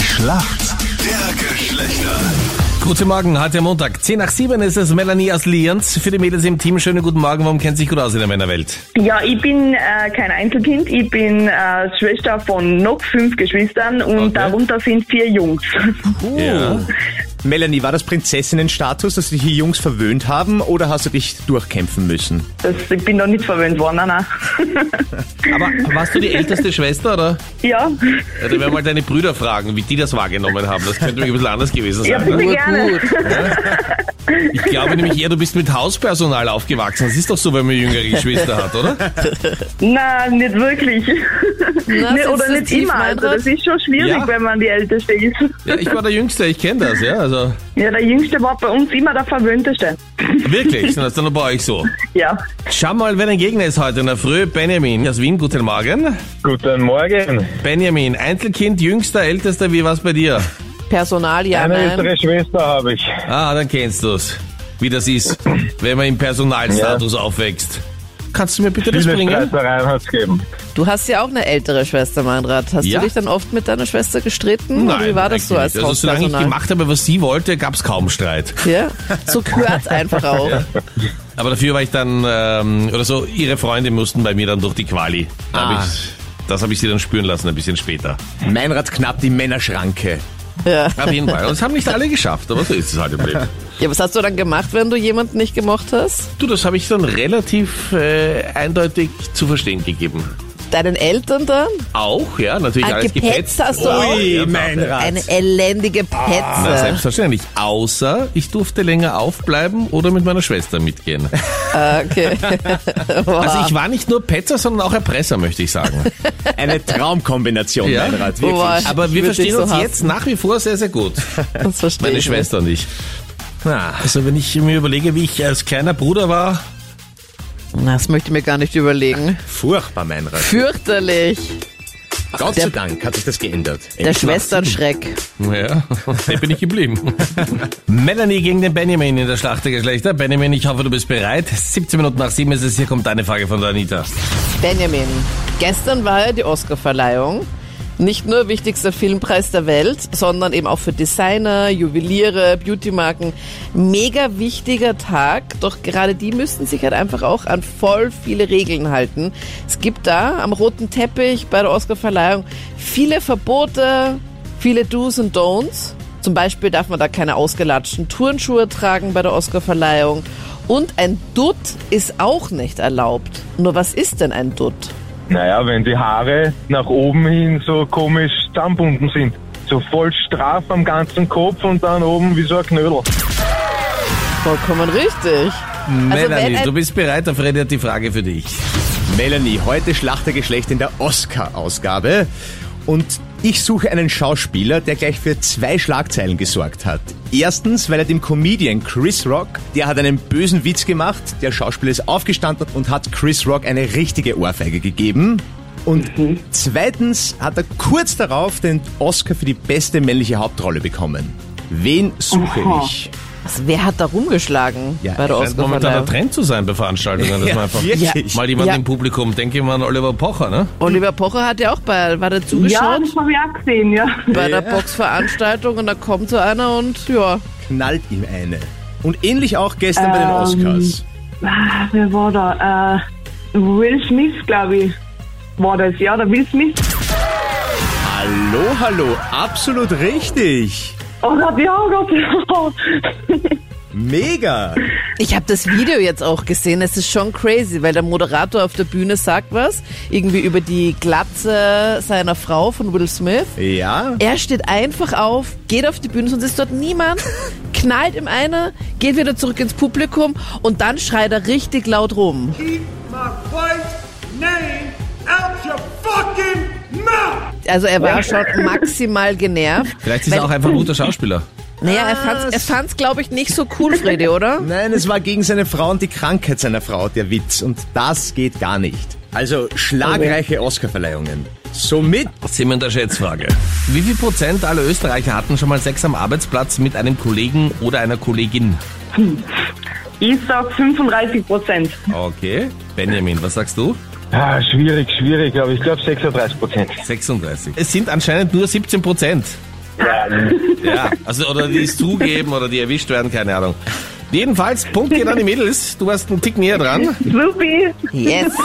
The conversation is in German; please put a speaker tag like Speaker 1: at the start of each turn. Speaker 1: Schlacht der Geschlechter.
Speaker 2: Guten Morgen, heute Montag. 10 nach 7 ist es Melanie aus Lienz. Für die Mädels im Team, schönen guten Morgen. Warum kennt sich gut aus in der Männerwelt?
Speaker 3: Ja, ich bin äh, kein Einzelkind, ich bin äh, Schwester von noch fünf Geschwistern und
Speaker 2: Okay.
Speaker 3: darunter sind vier Jungs.
Speaker 2: Ja.
Speaker 4: Melanie, war das Prinzessinnenstatus, dass dich die Jungs verwöhnt haben oder hast du dich durchkämpfen müssen?
Speaker 3: Das, ich bin noch nicht verwöhnt worden, nein, nein.
Speaker 2: Aber warst du die älteste Schwester, oder?
Speaker 3: Ja,
Speaker 2: Ja, dann werden wir mal deine Brüder fragen, wie die das wahrgenommen haben. Das könnte nämlich ein bisschen anders gewesen
Speaker 3: ja,
Speaker 2: sein.
Speaker 3: bitte
Speaker 2: ne?
Speaker 3: gerne.
Speaker 2: Ich glaube nämlich eher, du bist mit Hauspersonal aufgewachsen. Das ist doch so, wenn man jüngere Geschwister hat, oder?
Speaker 3: Nein, nicht wirklich.
Speaker 5: sitzt
Speaker 3: ne, oder
Speaker 5: das
Speaker 3: nicht
Speaker 5: tief,
Speaker 3: immer. Also,
Speaker 5: Meinrad?
Speaker 3: das ist schon schwierig,
Speaker 2: Ja.
Speaker 3: wenn man die Älteste ist.
Speaker 2: Ja, ich war der Jüngste, ich kenne das, ja. Also
Speaker 3: Ja, der Jüngste war bei uns immer der Verwöhnteste.
Speaker 2: wirklich, das ist dann bei euch so.
Speaker 3: Ja.
Speaker 2: Schau mal, wer dein Gegner ist heute in der Früh. Benjamin aus Wien, guten Morgen.
Speaker 6: Guten Morgen.
Speaker 2: Benjamin, Einzelkind, Jüngster, Ältester, wie war's bei dir?
Speaker 5: Personal, ja,
Speaker 6: Eine
Speaker 5: nein.
Speaker 6: ältere Schwester habe ich.
Speaker 2: Ah, dann kennst du's. Wie das ist, wenn man im Personalstatus aufwächst. Kannst du mir bitte das
Speaker 6: Viele
Speaker 2: bringen?
Speaker 6: Streitereien hat es gegeben.
Speaker 5: Du hast ja auch eine ältere Schwester, Meinrad. Hast
Speaker 2: Ja.
Speaker 5: du dich dann oft mit deiner Schwester gestritten? Oder wie war das so
Speaker 2: eigentlich
Speaker 5: als
Speaker 2: nicht. Also solange ich
Speaker 5: Hauspersonal?
Speaker 2: gemacht habe, was sie wollte, gab's kaum Streit.
Speaker 5: ja, so gehört einfach auch.
Speaker 2: Aber dafür war ich dann, ähm, oder so, ihre Freunde mussten bei mir dann durch die Quali. Da
Speaker 4: Ah.
Speaker 2: Hab ich, das habe ich sie dann spüren lassen, ein bisschen später.
Speaker 4: Meinrad knapp die Männerschranke.
Speaker 5: Ja.
Speaker 2: Auf jeden Fall. Und das haben nicht alle geschafft, aber so ist es halt im Leben.
Speaker 5: ja, was hast du dann gemacht, wenn du jemanden nicht gemocht hast?
Speaker 2: Du, das habe ich dann relativ äh, eindeutig zu verstehen gegeben.
Speaker 5: Deinen Eltern dann?
Speaker 2: Auch, ja, natürlich
Speaker 5: Ah,
Speaker 2: alles
Speaker 5: gepetzt
Speaker 2: gepetzt.
Speaker 5: hast du auch?
Speaker 2: ja,
Speaker 5: Eine elendige
Speaker 2: Ah, Na,
Speaker 5: Petze.
Speaker 2: selbstverständlich. Außer ich durfte länger aufbleiben oder mit meiner Schwester mitgehen.
Speaker 5: Ah, okay. wow.
Speaker 2: Also ich war nicht nur Petzer, sondern auch Erpresser, möchte ich sagen.
Speaker 4: Eine Traumkombination,
Speaker 2: Ja?
Speaker 4: Meinrad, wirklich.
Speaker 5: Boah.
Speaker 2: Aber
Speaker 5: Ich
Speaker 2: wir
Speaker 5: würd dich
Speaker 2: verstehen
Speaker 5: so
Speaker 2: uns
Speaker 5: hassen.
Speaker 2: jetzt nach wie vor sehr, sehr gut.
Speaker 5: das verstehe
Speaker 2: Meine
Speaker 5: ich nicht.
Speaker 2: Schwester nicht. Na, also wenn ich mir überlege, wie ich als kleiner Bruder war,
Speaker 5: Na, Das möchte ich mir gar nicht überlegen.
Speaker 4: Furchtbar, Meinrad.
Speaker 5: Fürchterlich.
Speaker 4: Gott sei Dank hat sich das geändert.
Speaker 5: Der Schwesternschreck.
Speaker 2: ja, der bin ich geblieben. Melanie gegen den Benjamin in der Schlacht der Geschlechter. Benjamin, ich hoffe, du bist bereit. 17 Minuten nach 7 ist es. Hier kommt deine Frage von der Anita.
Speaker 5: Benjamin, gestern war ja die Oscarverleihung. Nicht nur wichtigster Filmpreis der Welt, sondern eben auch für Designer, Juweliere, Beautymarken. Mega wichtiger Tag, doch gerade die müssen sich halt einfach auch an voll viele Regeln halten. Es gibt da am roten Teppich bei der Oscarverleihung viele Verbote, viele Do's und Don'ts. Zum Beispiel darf man da keine ausgelatschten Turnschuhe tragen bei der Oscarverleihung. Und ein Dutt ist auch nicht erlaubt. Nur was ist denn ein Dutt?
Speaker 6: Naja, wenn die Haare nach oben hin so komisch zusammenbunden sind. So voll straff am ganzen Kopf und dann oben wie so ein Knödel.
Speaker 5: Vollkommen richtig.
Speaker 2: Melanie,
Speaker 5: Also wenn ein-
Speaker 2: du bist bereit. Der Freddy hat die Frage für dich.
Speaker 4: Melanie, heute Schlachtergeschlecht in der Oscar-Ausgabe. Und ich suche einen Schauspieler, der gleich für zwei Schlagzeilen gesorgt hat. Erstens, weil er dem Comedian Chris Rock, der hat einen bösen Witz gemacht, der Schauspieler ist aufgestanden und hat Chris Rock eine richtige Ohrfeige gegeben. Und zweitens hat er kurz darauf den Oscar für die beste männliche Hauptrolle bekommen. Wen suche ich?
Speaker 5: Also wer hat da rumgeschlagen
Speaker 4: Ja,
Speaker 5: bei der
Speaker 2: Scheint momentan ein
Speaker 5: Oscarverleihung?
Speaker 2: Trend zu sein bei Veranstaltungen, dass
Speaker 4: Ja,
Speaker 2: man einfach
Speaker 4: wirklich.
Speaker 2: mal jemand
Speaker 5: Ja.
Speaker 2: im Publikum, denke ich mal an Oliver Pocher, ne?
Speaker 5: Oliver Pocher hat ja auch bei, war da
Speaker 3: Ja,
Speaker 5: zugeschaut
Speaker 3: das habe ich auch gesehen, ja.
Speaker 5: bei der
Speaker 4: Ja.
Speaker 5: Boxveranstaltung und da kommt so einer und ja,
Speaker 4: Knallt ihm eine. Und ähnlich auch gestern bei den Oscars.
Speaker 3: Ah, Wer war da? Äh, Will Smith, glaube ich. War das, ja, der Will Smith.
Speaker 4: Hallo, hallo, absolut richtig.
Speaker 3: Oh Gott, ja, oh Gott, ja.
Speaker 4: Mega.
Speaker 5: Ich habe das Video jetzt auch gesehen. Es ist schon crazy, weil der Moderator auf der Bühne sagt was, irgendwie über die Glatze seiner Frau von Will Smith.
Speaker 4: Ja.
Speaker 5: Er steht einfach auf, geht auf die Bühne, sonst ist dort niemand, knallt ihm einer, geht wieder zurück ins Publikum und dann schreit er richtig laut rum.
Speaker 7: keep my wife's name out your fucking mouth!
Speaker 5: Also er war schon maximal genervt.
Speaker 2: Vielleicht ist er
Speaker 5: Weil-
Speaker 2: auch einfach ein Ah. guter Schauspieler.
Speaker 5: Naja, er fand's, er fand's glaube ich, nicht so cool, Fredi, oder?
Speaker 4: Nein, es war gegen seine Frau und die Krankheit seiner Frau, der Witz. Und das geht gar nicht. Also schlagreiche Oscarverleihungen. Somit
Speaker 2: Sind wir in der Schätzfrage. Wie viel Prozent aller Österreicher hatten schon mal Sex am Arbeitsplatz mit einem Kollegen oder einer Kollegin?
Speaker 3: Ich sag 35 Prozent.
Speaker 2: Okay. Benjamin, was sagst du?
Speaker 6: Ah, schwierig, schwierig, aber ich glaube 36 Prozent.
Speaker 2: 36. Es sind anscheinend nur 17 Prozent. Ja, also oder die es zugeben oder die erwischt werden, keine Ahnung. Jedenfalls, Punkt geht an die Mädels. Du warst einen Tick näher dran.
Speaker 3: Supi.
Speaker 5: Yes.